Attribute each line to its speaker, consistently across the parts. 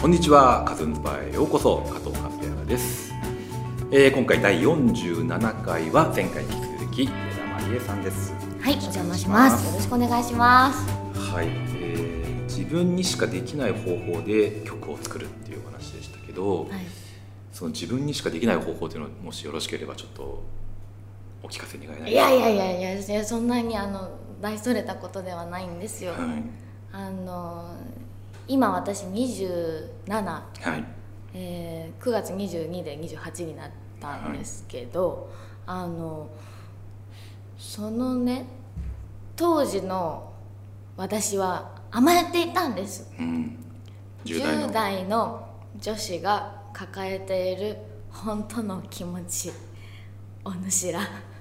Speaker 1: こんにちはカズンズバーへようこそ加藤和也です、えー今回第47回は前回に引き続き根田真理恵さんです
Speaker 2: はい、お邪魔します。よろしくお願いします。
Speaker 1: はい、えー自分にしかできない方法で曲を作るっていうお話でしたけど、
Speaker 2: はい、
Speaker 1: その自分にしかできない方法というのをもしよろしければちょっとお聞かせ願えない
Speaker 2: いやいやいやいやいや、そんなにあの大それたことではないんですよ。
Speaker 1: はい
Speaker 2: あの今私27、
Speaker 1: はい
Speaker 2: えー、9月22で28になったんですけど、あのそのね当時の私は甘えていたんです。
Speaker 1: うん10
Speaker 2: 10
Speaker 1: 代の
Speaker 2: 代の女子が抱えている本当の気持ちお主ら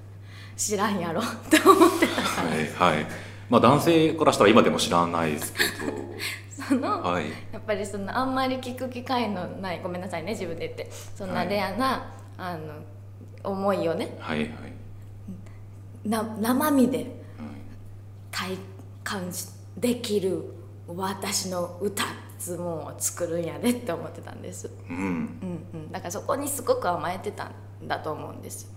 Speaker 2: 知らんやろ って思ってたから
Speaker 1: はいはいまあ男性からしたら今でも知らないですけ
Speaker 2: そ
Speaker 1: ど
Speaker 2: の
Speaker 1: はい
Speaker 2: やっぱりそのあんまり聞く機会のないごめんなさいね自分で言ってそん
Speaker 1: は
Speaker 2: ないレアな、あの思いをね
Speaker 1: はいはい、
Speaker 2: な生身で
Speaker 1: うん
Speaker 2: 体感しできる私の歌っつもんを作るんやでって思ってたんです。
Speaker 1: うん、
Speaker 2: うんうん、だからそこにすごく甘えてたんだと思うんですよ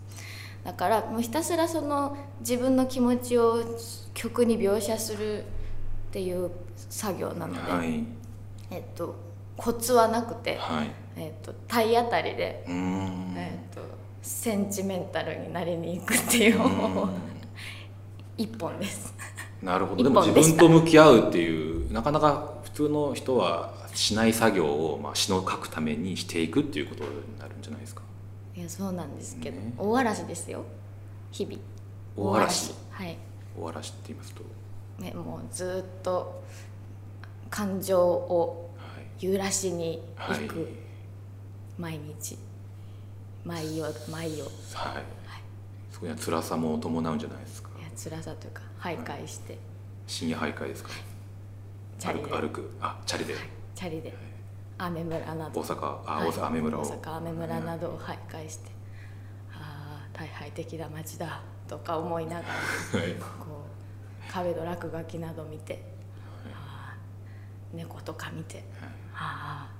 Speaker 2: だからもうひたすらその自分の気持ちを曲に描写するっていう作業なので、
Speaker 1: はい、
Speaker 2: えっと、コツはなくて、
Speaker 1: はい、
Speaker 2: えっと、体当たりで、
Speaker 1: うーん、
Speaker 2: えっと、センチメンタルになりに行くっていう
Speaker 1: う
Speaker 2: 方法
Speaker 1: ー
Speaker 2: 一本です
Speaker 1: んなるほど、
Speaker 2: 一
Speaker 1: でも
Speaker 2: 本
Speaker 1: 自
Speaker 2: でし
Speaker 1: 分
Speaker 2: た
Speaker 1: と向き合うっていう、なかなか普通の人はしない作業を、まあ、詩の書くためにしていくっていうことになるんじゃないですか。
Speaker 2: いやそうなんですけど、
Speaker 1: ね
Speaker 2: 大嵐ですよ日々
Speaker 1: 大嵐、
Speaker 2: はい
Speaker 1: 大嵐って言いますと、
Speaker 2: ね、もうずっと感情を
Speaker 1: は
Speaker 2: 揺らしに行
Speaker 1: い、はい、
Speaker 2: く毎日、毎夜毎夜いや
Speaker 1: はい、そこには辛さも伴うんじゃないですか。
Speaker 2: 辛さというか徘徊して、
Speaker 1: 深夜徘徊ですか。
Speaker 2: チャリ
Speaker 1: 歩
Speaker 2: で
Speaker 1: く、歩く、あ、チャリで、
Speaker 2: チャリで雨村な
Speaker 1: 大
Speaker 2: ど
Speaker 1: 阪、あ、
Speaker 2: はい
Speaker 1: 大阪、雨村を。
Speaker 2: 大阪雨村などを徘徊して、ああ大敗的な街だとか思いながら
Speaker 1: はい、
Speaker 2: こう壁の落書きなど見て、あー猫とか見て、ああ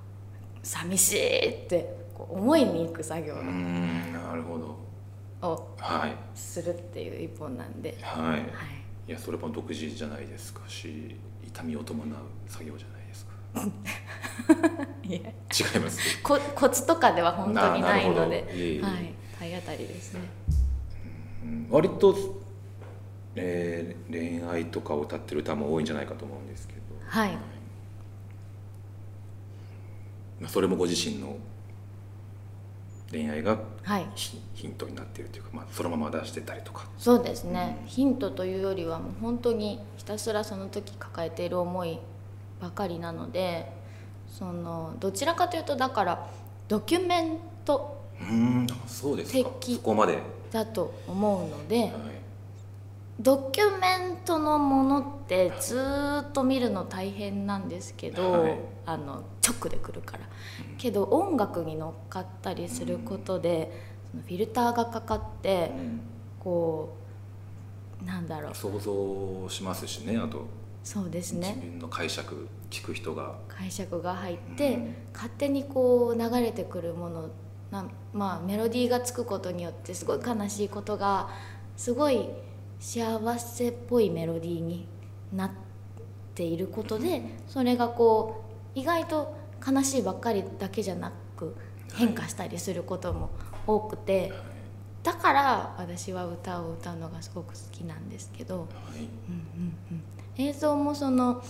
Speaker 2: 寂しいってこう思いに行く作業
Speaker 1: うーん、なるほど。
Speaker 2: を
Speaker 1: はい、
Speaker 2: するっていう一本なんで、
Speaker 1: はい。
Speaker 2: はい、
Speaker 1: いやそれも独自じゃないですかし痛みを伴う作業じゃないですか
Speaker 2: いや
Speaker 1: 違います
Speaker 2: こコツとかでは本当にないの
Speaker 1: ななるほどいえい
Speaker 2: で
Speaker 1: え、
Speaker 2: はい、体当たりですね。
Speaker 1: うん割と、えー恋愛とかを歌ってる歌も多いんじゃないかと思うんですけど、
Speaker 2: はい、
Speaker 1: まあそれもご自身の恋愛が
Speaker 2: はい、
Speaker 1: ヒヒントになっているというか、まあ、そのまま出してたりとか
Speaker 2: そうですね、
Speaker 1: うん
Speaker 2: ヒントというよりはもう本当にひたすらその時抱えている思いばかりなので、そのどちらかというとだからドキュメント
Speaker 1: うんあそうですか
Speaker 2: 敵
Speaker 1: そこまで、はい、
Speaker 2: だと思うので、ドキュメントのものってずーっと見るの大変なんですけど、
Speaker 1: はい
Speaker 2: あの直で来るから、けど音楽に乗っかったりすることで、そのフィルターがかかって
Speaker 1: うん
Speaker 2: こうなんだろう
Speaker 1: 想像しますしねあと
Speaker 2: そうです
Speaker 1: 自
Speaker 2: ね
Speaker 1: 分の解釈聞く人が
Speaker 2: 解釈が入っ
Speaker 1: う
Speaker 2: て
Speaker 1: ん
Speaker 2: 勝手にこう流れてくるものなまあメロディーがつくことによってすごい悲しいことがすごい幸せっぽいメロディーになっていることでそれがこう意外と悲しいばっかりだけじゃなく変化したりすることも多くて
Speaker 1: は
Speaker 2: だから私は歌を歌うのがすごく好きなんですけど、
Speaker 1: い
Speaker 2: うんうんうん、映像もその
Speaker 1: は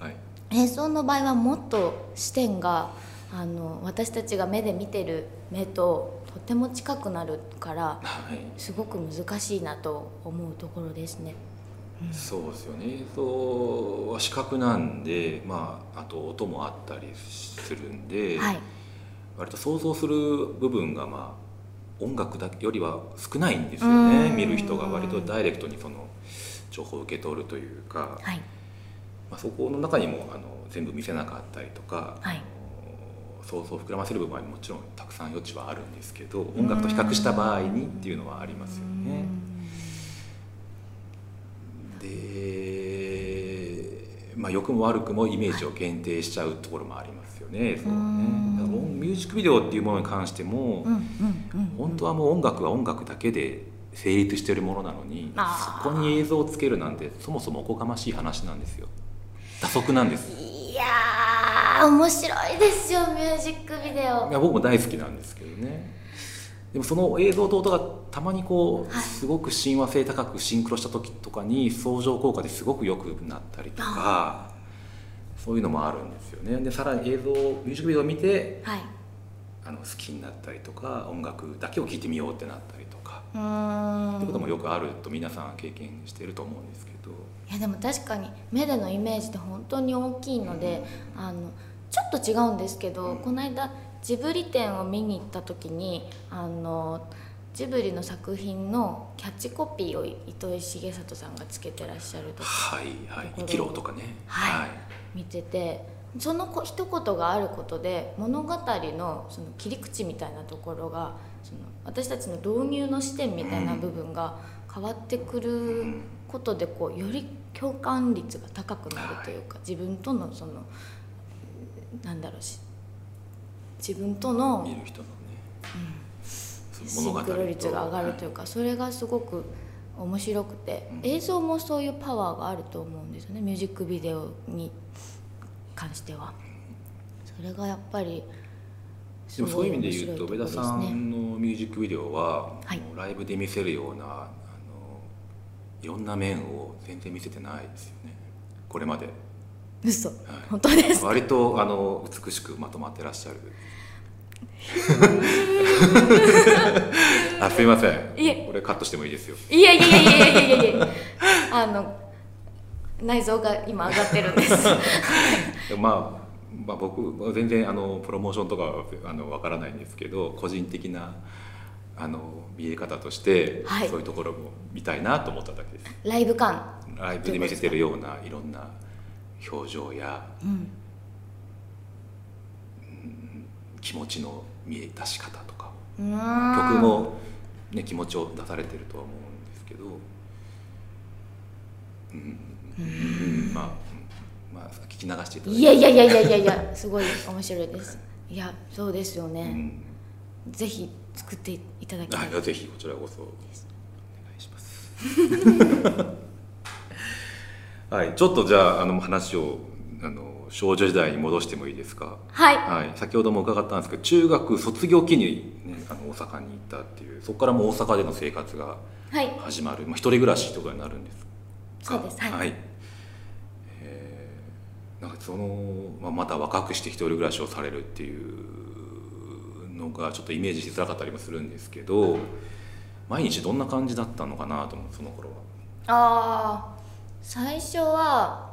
Speaker 1: い、はい
Speaker 2: 映像の場合はもっと視点があの私たちが目で見てる目ととても近くなるから
Speaker 1: はい
Speaker 2: すごく難しいなと思うところですね。
Speaker 1: そうですよね映像は視覚なんで、まあ、あと音もあったりするんで、
Speaker 2: はい、
Speaker 1: 割と想像する部分が、まあ、音楽だよりは少ないんですよね
Speaker 2: うん
Speaker 1: 見る人が割とダイレクトにその情報を受け取るというか、
Speaker 2: はい、
Speaker 1: まあ、そこの中にもあの全部見せなかったりとか、
Speaker 2: はい
Speaker 1: あの想像を膨らませる部分はもちろんたくさん余地はあるんですけど音楽と比較した場合にっていうのはありますよね。
Speaker 2: うん
Speaker 1: でまあ、良くも悪くもイメージを限定しちゃうところもありますよね。そう
Speaker 2: う
Speaker 1: ね
Speaker 2: ん
Speaker 1: だから音ミュージックビデオっていうものに関しても、
Speaker 2: うんうんうん
Speaker 1: 本当はもう音楽は音楽だけで成立しているものなのに
Speaker 2: あ
Speaker 1: そ
Speaker 2: ー
Speaker 1: こに映像をつけるなんてそもそもおこがましい話なんですよ。打足なんです。
Speaker 2: いやー面白いですよミュージックビデオ
Speaker 1: いや僕も大好きなんですけどね。でもその映像と音がたまにこう
Speaker 2: はい
Speaker 1: すごく親和性高くシンクロした時とかに相乗効果ですごく良くなったりとかそういうのもあるんですよね。でさらに映像ミュージックビデオを見て
Speaker 2: はい
Speaker 1: あの好きになったりとか音楽だけを聴いてみようってなったりとか
Speaker 2: うーん
Speaker 1: ってこともよくあると皆さん経験してると思うんですけど。
Speaker 2: いやでも確かに目でのイメージって本当に大きいので、あのちょっと違うんですけど、
Speaker 1: うん
Speaker 2: この間ジブリ展を見に行った時にあのジブリの作品のキャッチコピーを糸井重里さんがつけてらっしゃるとか
Speaker 1: はいはい生きろとかね。
Speaker 2: はい見ててそのこ一言があることで物語のその切り口みたいなところがその私たちの導入の視点みたいな部分が変わってくることでこうより共感率が高くなるというか自分とのそのなんだろうし自分との
Speaker 1: 見る人のね。そ
Speaker 2: シ
Speaker 1: の
Speaker 2: ンクロ率が上がる
Speaker 1: はい
Speaker 2: というかそれがすごく面白くて
Speaker 1: うん
Speaker 2: 映像もそういうパワーがあると思うんですよねミュージックビデオに関してはそれがやっぱり
Speaker 1: でもそういう意味で言うと上田さ
Speaker 2: すごい面白いところですね
Speaker 1: んのミュージックビデオは、
Speaker 2: はい
Speaker 1: もうライブで見せるようなあのいろんな面を全然見せてないですよねこれまで、
Speaker 2: 嘘
Speaker 1: は
Speaker 2: 本当です
Speaker 1: い、割とあの美しくまとまってらっしゃる あすいません
Speaker 2: いえ
Speaker 1: これカットしてもいいですよ
Speaker 2: いやいやいやいやいやいやいや あの内臓が今上がってるんです
Speaker 1: でもまあまあ、僕全然あのプロモーションとかはあのわからないんですけど個人的なあの見え方として、
Speaker 2: はい
Speaker 1: そういうところも見たいなと思っただけです
Speaker 2: ライブ感
Speaker 1: ライブで見せてるようないろんな表情や
Speaker 2: うん
Speaker 1: 気持ちの見え出し方とか
Speaker 2: う
Speaker 1: を
Speaker 2: ーん
Speaker 1: 曲も、ね、気持ちを出されてるとは思うんですけど、うんまあ、うんまあ、聞き流していただいて
Speaker 2: いやいやいやいやいやいやすごい面白いですいやそうですよね、
Speaker 1: うん
Speaker 2: ぜひ作っていただきた
Speaker 1: あ
Speaker 2: い
Speaker 1: いやぜひこちらこそお願いしますはいちょっとじゃああの話をあの少女時代に戻してもいいですか
Speaker 2: はい
Speaker 1: はい先ほども伺ったんですけど中学卒業期に、ね、あの大阪に行ったっていうそこからもう大阪での生活が
Speaker 2: はい
Speaker 1: 始まる、まあ、一人暮らしとかになるんです
Speaker 2: そうですはい、
Speaker 1: えーなんかその、まあ、また若くして一人暮らしをされるっていうのがちょっとイメージしづらかったりもするんですけど毎日どんな感じだったのかなと思うその頃は。
Speaker 2: ああ最初は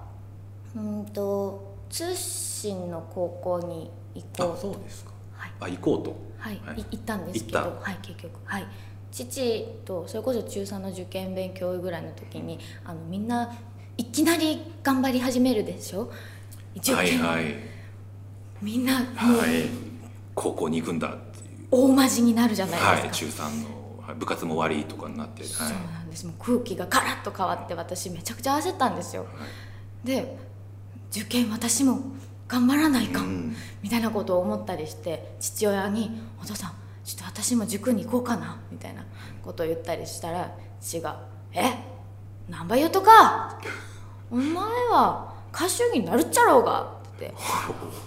Speaker 2: うんと通信の高校に行こう
Speaker 1: うですか
Speaker 2: はい、
Speaker 1: あ行こうと。
Speaker 2: はい
Speaker 1: はい
Speaker 2: い行ったんですけど
Speaker 1: 行っ
Speaker 2: はい結局はい父とそれこそ中3の受験勉強ぐらいの時にあのみんないきなり頑張り始めるでしょ受験、
Speaker 1: はいはい
Speaker 2: みんなもう
Speaker 1: はい高校に行くんだっていう
Speaker 2: 大まじになるじゃないですか、
Speaker 1: はい中3のはい部活も終わりとかになって、
Speaker 2: そう
Speaker 1: はい
Speaker 2: なんですもう空気がガラッと変わって私めちゃくちゃ焦ったんですよで受験私も頑張らないか、
Speaker 1: はいうん
Speaker 2: みたいなことを思ったりして父親に「お父さんちょっと私も塾に行こうかな」みたいなことを言ったりしたら父が「え何倍言うとかお前は歌手になるっちゃろうが」って言って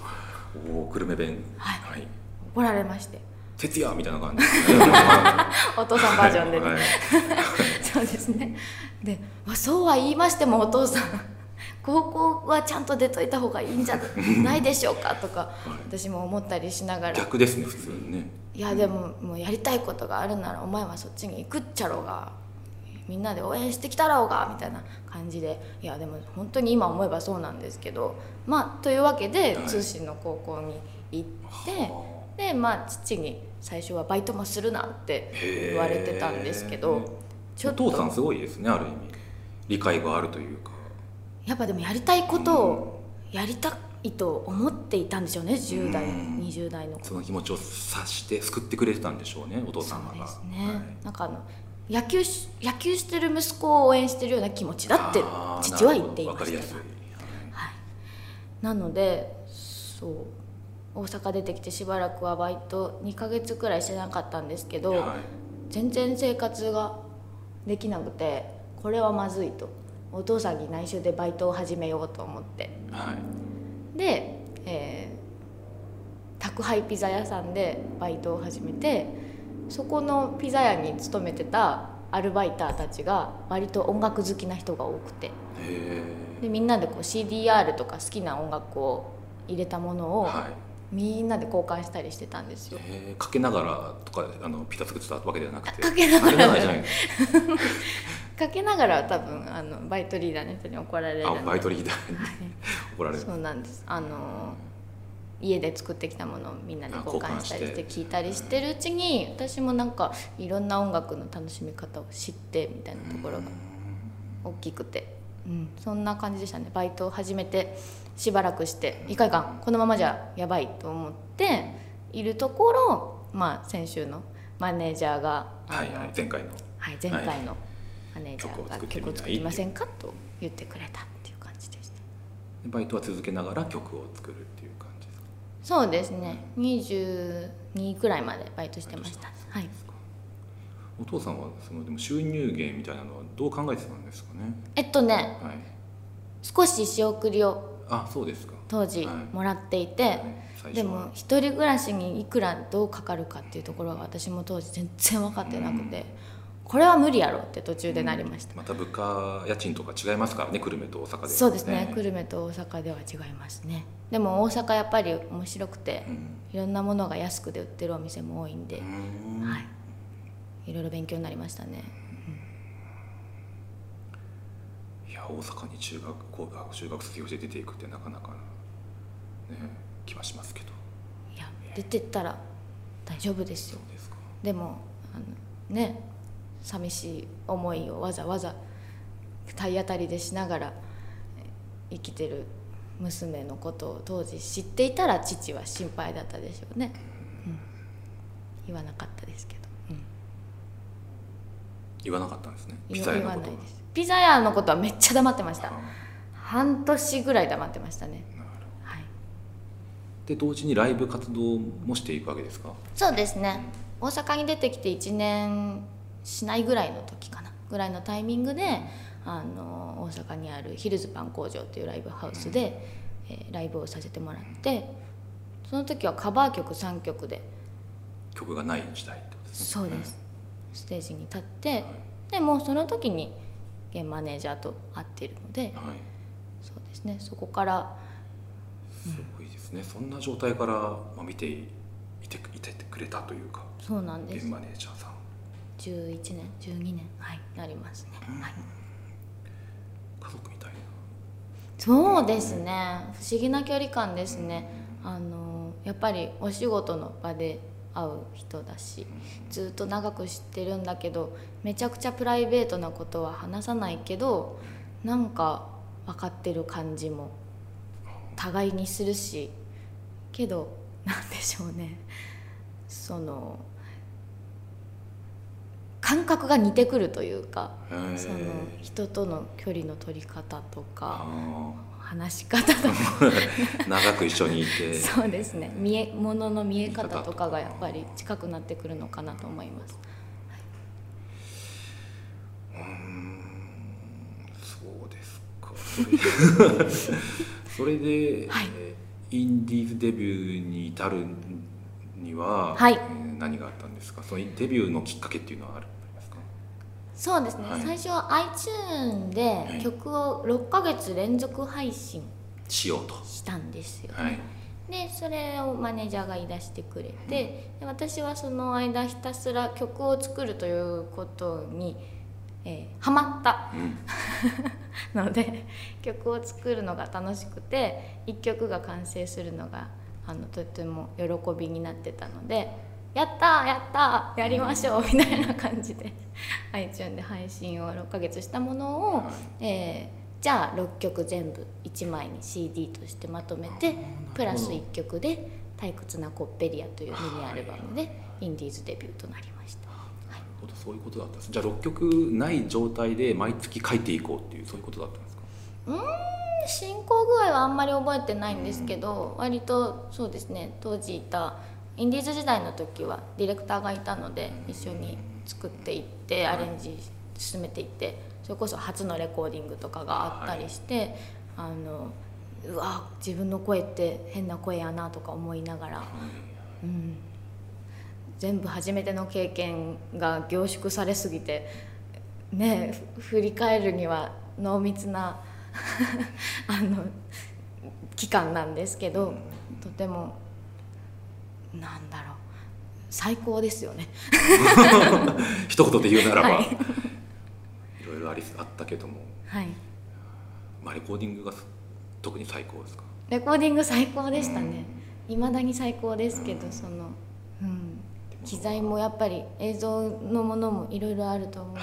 Speaker 1: おおー久留米弁
Speaker 2: はい
Speaker 1: い
Speaker 2: 怒られ まして
Speaker 1: 徹夜みたいな感じですねは
Speaker 2: お父
Speaker 1: い
Speaker 2: さんバージョンでね、
Speaker 1: はい
Speaker 2: そうですねであそうは言いましてもお父さん 高校はちゃんと出といた方がいい んじゃないでしょうかとか私も思ったりしながら
Speaker 1: 逆ですね普通にね
Speaker 2: いやでももうやりたいことがあるならお前はそっちに行くっちゃろうがみんなで応援してきたろうがみたいな感じでいやでも本当に今思えばそうなんですけどまあというわけで
Speaker 1: はい
Speaker 2: 通信の高校に行って、
Speaker 1: はあ
Speaker 2: でまあ父に最初はバイトもするなって言われてたんですけ
Speaker 1: へー
Speaker 2: どちょ
Speaker 1: お
Speaker 2: っと
Speaker 1: 父さんすごいですねある意味理解があるというか
Speaker 2: やっぱでもやりたいことをやりたいと思っていたんでしょうね10代
Speaker 1: うん
Speaker 2: 20代の頃
Speaker 1: その気持ちを察して救ってくれてたんでしょうねお父
Speaker 2: そ
Speaker 1: 様
Speaker 2: うで
Speaker 1: が
Speaker 2: すね、なんかあの野球し野球してる息子を応援してるような気持ちだって
Speaker 1: あー
Speaker 2: 父は言っていま
Speaker 1: なるほどわかり
Speaker 2: し
Speaker 1: や
Speaker 2: た
Speaker 1: すい
Speaker 2: はいなのでそう大阪出てきてしばらくはバイト2ヶ月くらいしてなかったんですけど、
Speaker 1: は
Speaker 2: 全然生活ができなくてこれはまずいとお父さんに内緒でバイトを始めようと思って
Speaker 1: いはい
Speaker 2: で、えー宅配ピザ屋さんでバイトを始めてそこのピザ屋に勤めてたアルバイターたちが割と音楽好きな人が多くて
Speaker 1: へ
Speaker 2: でみんなでこう CDR とか好きな音楽を入れたもの
Speaker 1: え
Speaker 2: を
Speaker 1: はい
Speaker 2: みんなで交換したりしてたんですよ。
Speaker 1: えー、かけながらとかあのピタ作ってたわけではなくて
Speaker 2: かけながら
Speaker 1: じゃないです
Speaker 2: かけながらは多分あのバイトリーダーの人に怒られる
Speaker 1: あ
Speaker 2: ので
Speaker 1: バイトリーダーに怒られる
Speaker 2: そうなんですあの家で作ってきたものをみんなで交換した
Speaker 1: あ交換
Speaker 2: りし
Speaker 1: して
Speaker 2: て聴いたりしてるうちに私もなんかいろんな音楽の楽しみ方を知ってみたいなところが大きくて、うん、そんな感じでしたねバイトを始めてしばらくして1回間このままじゃやばいと思っているところ、まあ、先週のマネージャーがあの
Speaker 1: はいはい前回の
Speaker 2: はい、前回のマネージャーが
Speaker 1: 曲を作ってみ
Speaker 2: 曲
Speaker 1: ない
Speaker 2: を作りませんかと言ってくれたっていう感じでした
Speaker 1: バイトは続けながら曲を作るっていう感じですか
Speaker 2: そうですね22くらいまでバイトしてましたはい
Speaker 1: お父さんはそのでも収入源みたいなのはどう考えてたんですかね
Speaker 2: えっとね
Speaker 1: はい
Speaker 2: 少し仕送りを
Speaker 1: あそうですか
Speaker 2: 当時
Speaker 1: はい
Speaker 2: もらっていて、
Speaker 1: 最初
Speaker 2: でも一人暮らしにいくらどうかかるかっていうところが私も当時全然分かってなくて、これは無理やろって途中でなりました、
Speaker 1: また物価家賃とか違いますからね久留米と大阪で、
Speaker 2: そうですね久留米と大阪では違いますねでも大阪やっぱり面白くて、
Speaker 1: うん
Speaker 2: いろんなものが安くで売ってるお店も多いんで
Speaker 1: う、ん
Speaker 2: はい、いろいろ勉強になりましたね
Speaker 1: いや大阪に中学高あ中学卒業して出ていくってなかなかなね気はしますけど
Speaker 2: いや出てったら大丈夫です
Speaker 1: そ
Speaker 2: よ
Speaker 1: うですか
Speaker 2: でもあのね寂しい思いをわざわざ体当たりでしながらえ生きてる娘のことを当時知っていたら父は心配だったでしょうね、うん言わなかったですけど、うん
Speaker 1: 言わなかったんですねピ
Speaker 2: 言
Speaker 1: ザ
Speaker 2: わ
Speaker 1: 屋
Speaker 2: 言
Speaker 1: の
Speaker 2: わ
Speaker 1: こ
Speaker 2: ない
Speaker 1: と
Speaker 2: ですピザ屋のことはめっちゃ黙ってました
Speaker 1: あ
Speaker 2: 半年ぐらい黙ってましたね
Speaker 1: ーなるほど
Speaker 2: はい
Speaker 1: で同時にライブ活動もしていくわけですか
Speaker 2: そうですね大阪に出てきて1年しないぐらいの時かなぐらいのタイミングであの大阪にあるヒルズパン工場というライブハウスで、えーライブをさせてもらってその時はカバー曲3曲で
Speaker 1: 曲がない時代ってことですね
Speaker 2: そうですステージに立ってでもうその時に現マネージャーと会っているので
Speaker 1: はい、はい
Speaker 2: そうですねそこから
Speaker 1: すごいですね、そんな状態から、まあ、見ていていてくれたというか
Speaker 2: そうなんで
Speaker 1: 現
Speaker 2: す
Speaker 1: マネージャーさん
Speaker 2: 11年12年はいなりますね、はい、
Speaker 1: 家族みたいな
Speaker 2: そうですね不思議な距離感ですねあのやっぱりお仕事の場で会う人だしずっと長く知ってるんだけどめちゃくちゃプライベートなことは話さないけどなんか分かってる感じも互いにするしけどなんでしょうねその感覚が似てくるというか
Speaker 1: へー
Speaker 2: その人との距離の取り方とか。
Speaker 1: あ
Speaker 2: 話し方とか
Speaker 1: ー長く一緒にい て
Speaker 2: そうですね見えものの見え
Speaker 1: 見え
Speaker 2: 方
Speaker 1: 方と
Speaker 2: と
Speaker 1: か
Speaker 2: かがやっぱり近くなってくるのかなと思います
Speaker 1: うーんそうですかそれでそれで、
Speaker 2: はい
Speaker 1: えーインディーズデビューに至るには、
Speaker 2: はい
Speaker 1: えー何があったんですかそのデビューのきっかけっていうのはあるありますか
Speaker 2: そうですね、
Speaker 1: はい
Speaker 2: 最初は iTune
Speaker 1: い
Speaker 2: で曲を6ヶ月連続配信
Speaker 1: しようと
Speaker 2: したんですよ、
Speaker 1: はい
Speaker 2: でそれをマネージャーが言い出してくれて、で私はその間ひたすら曲を作るということに、えーハマった
Speaker 1: うん
Speaker 2: ので曲を作るのが楽しくて1曲が完成するのがあのとても喜びになってたので「やったーやったーやりましょう」みたいな感じで iTunes で配信を6ヶ月したものを、
Speaker 1: は
Speaker 2: えーじゃあ6曲全部1枚に CD としてまとめてプラス1曲で「退屈なコッペリア」というミニアルバムでインディーズデビューとなりました。
Speaker 1: なるほどそういうことだったんですじゃあ6曲ない状態で毎月書いていこうっていうそういうことだったんですか
Speaker 2: うーん進行具合はあんまり覚えてないんですけど、割とそうですね当時いたインディーズ時代の時はディレクターがいたので一緒に作っていってアレンジ進めていってそれこそ初のレコーディングとかがあったりして、あのうわ自分の声って変な声やなとか思いながら、うん、全部初めての経験が凝縮されすぎてねえふ振り返るには濃密な あの期間なんですけど、とてもなんだろう最高ですよね。
Speaker 1: 一言で言うならば、
Speaker 2: はい
Speaker 1: い、ろいろありあったけども、
Speaker 2: はい、
Speaker 1: まあ、レコーディングがす特に最高ですか
Speaker 2: レコーディング最高でしたね。いまだに最高ですけど、その、うん、機材もやっぱり映像のものもいろいろあると思うんで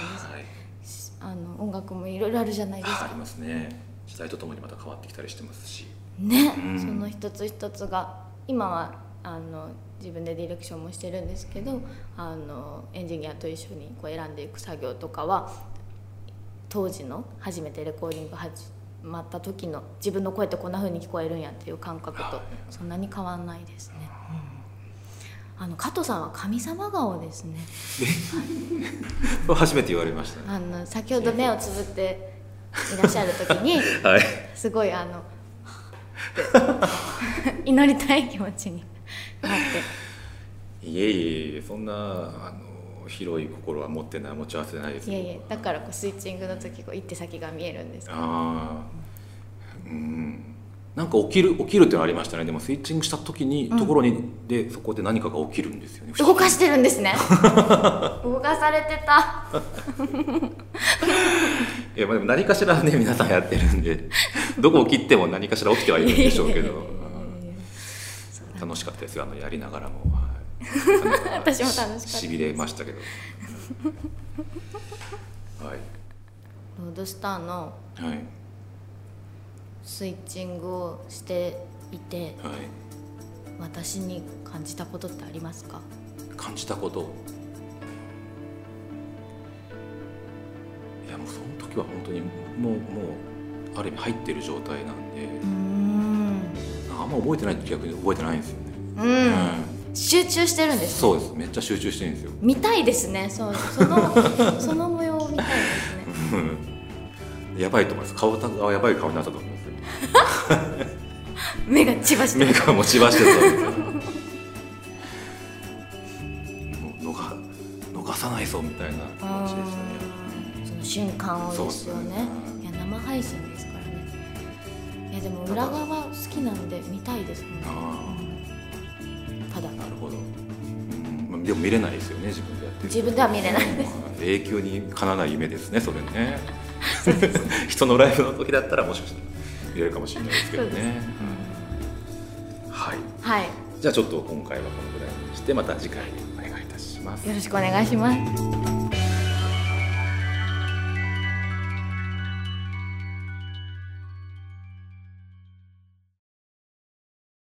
Speaker 2: す
Speaker 1: はい
Speaker 2: しあの音楽もいろいろあるじゃないです
Speaker 1: あ
Speaker 2: か
Speaker 1: りますね時代とともにまた変わってきたりしてますし
Speaker 2: ね、
Speaker 1: うん
Speaker 2: その一つ一つが今はあの自分でディレクションもしてるんですけどあのエンジニアと一緒にこう選んでいく作業とかは当時の初めてレコーディング始まった時の自分の声ってこんな風に聞こえるんやっていう感覚とそんなに変わんないですね。あの加藤さんは神様顔ですね。
Speaker 1: 初めて言われましたね
Speaker 2: あの先ほど目をつぶっていらっしゃる時に。
Speaker 1: はい
Speaker 2: すごいあの 祈りたい気持ちになって
Speaker 1: いえいえそんなあの広い心は持ってない持ち合わせないです
Speaker 2: い
Speaker 1: よ
Speaker 2: やいやだからこうスイッチングの時こう一手先が見えるんですけど
Speaker 1: ああうんなんか起きる起きるっていうのありましたねでもスイッチングした時に、ところにでそこで何かが起きるんですよね
Speaker 2: 動かしててるんですね動かされてた
Speaker 1: いやまあでも何かしらね皆さんやってるんで どこを切っても何かしら起きてはいるんでしょうけどうん楽しかったですよあのやりながらも、はい
Speaker 2: 私も楽しかったです
Speaker 1: しびれましたけどはい
Speaker 2: ロードスターの
Speaker 1: はい
Speaker 2: スイッチングをしていて
Speaker 1: はい
Speaker 2: 私に感じたことってありますか
Speaker 1: 感じたこといやもうその時は本当にもうもうある意味入ってる状態なんで
Speaker 2: うーん
Speaker 1: なんかあんま覚えてないって逆に覚えてないんですよね、
Speaker 2: うん
Speaker 1: う
Speaker 2: 集中してるん
Speaker 1: ん
Speaker 2: です
Speaker 1: そうですめっちゃ集中してるんですよ
Speaker 2: 見たいですねそうそのその模様を見たいですね
Speaker 1: やばいと思います顔がやばい顔になったと思いますよ
Speaker 2: 目がチバしてる
Speaker 1: 目が持ちばしてたと思いますもう逃逃さないぞみたいな気持ちでしたね
Speaker 2: その瞬間をですよ
Speaker 1: そうで
Speaker 2: ね
Speaker 1: すね
Speaker 2: いや生配信ですからねいやでも裏側好きなんで見たいですもんね
Speaker 1: あ
Speaker 2: ただ
Speaker 1: なるほど、うんまあ、でも見れないですよね自分でやってる
Speaker 2: 自分では見れない
Speaker 1: 永久に叶わない夢ですねそれね 人のライブの時だったらもしかしたら見れるかもしれないですけど
Speaker 2: そう
Speaker 1: ね、うんはい
Speaker 2: はい
Speaker 1: じゃあちょっと今回はこのぐらいにしてまた次回お願いいたします
Speaker 2: よろしくお願いします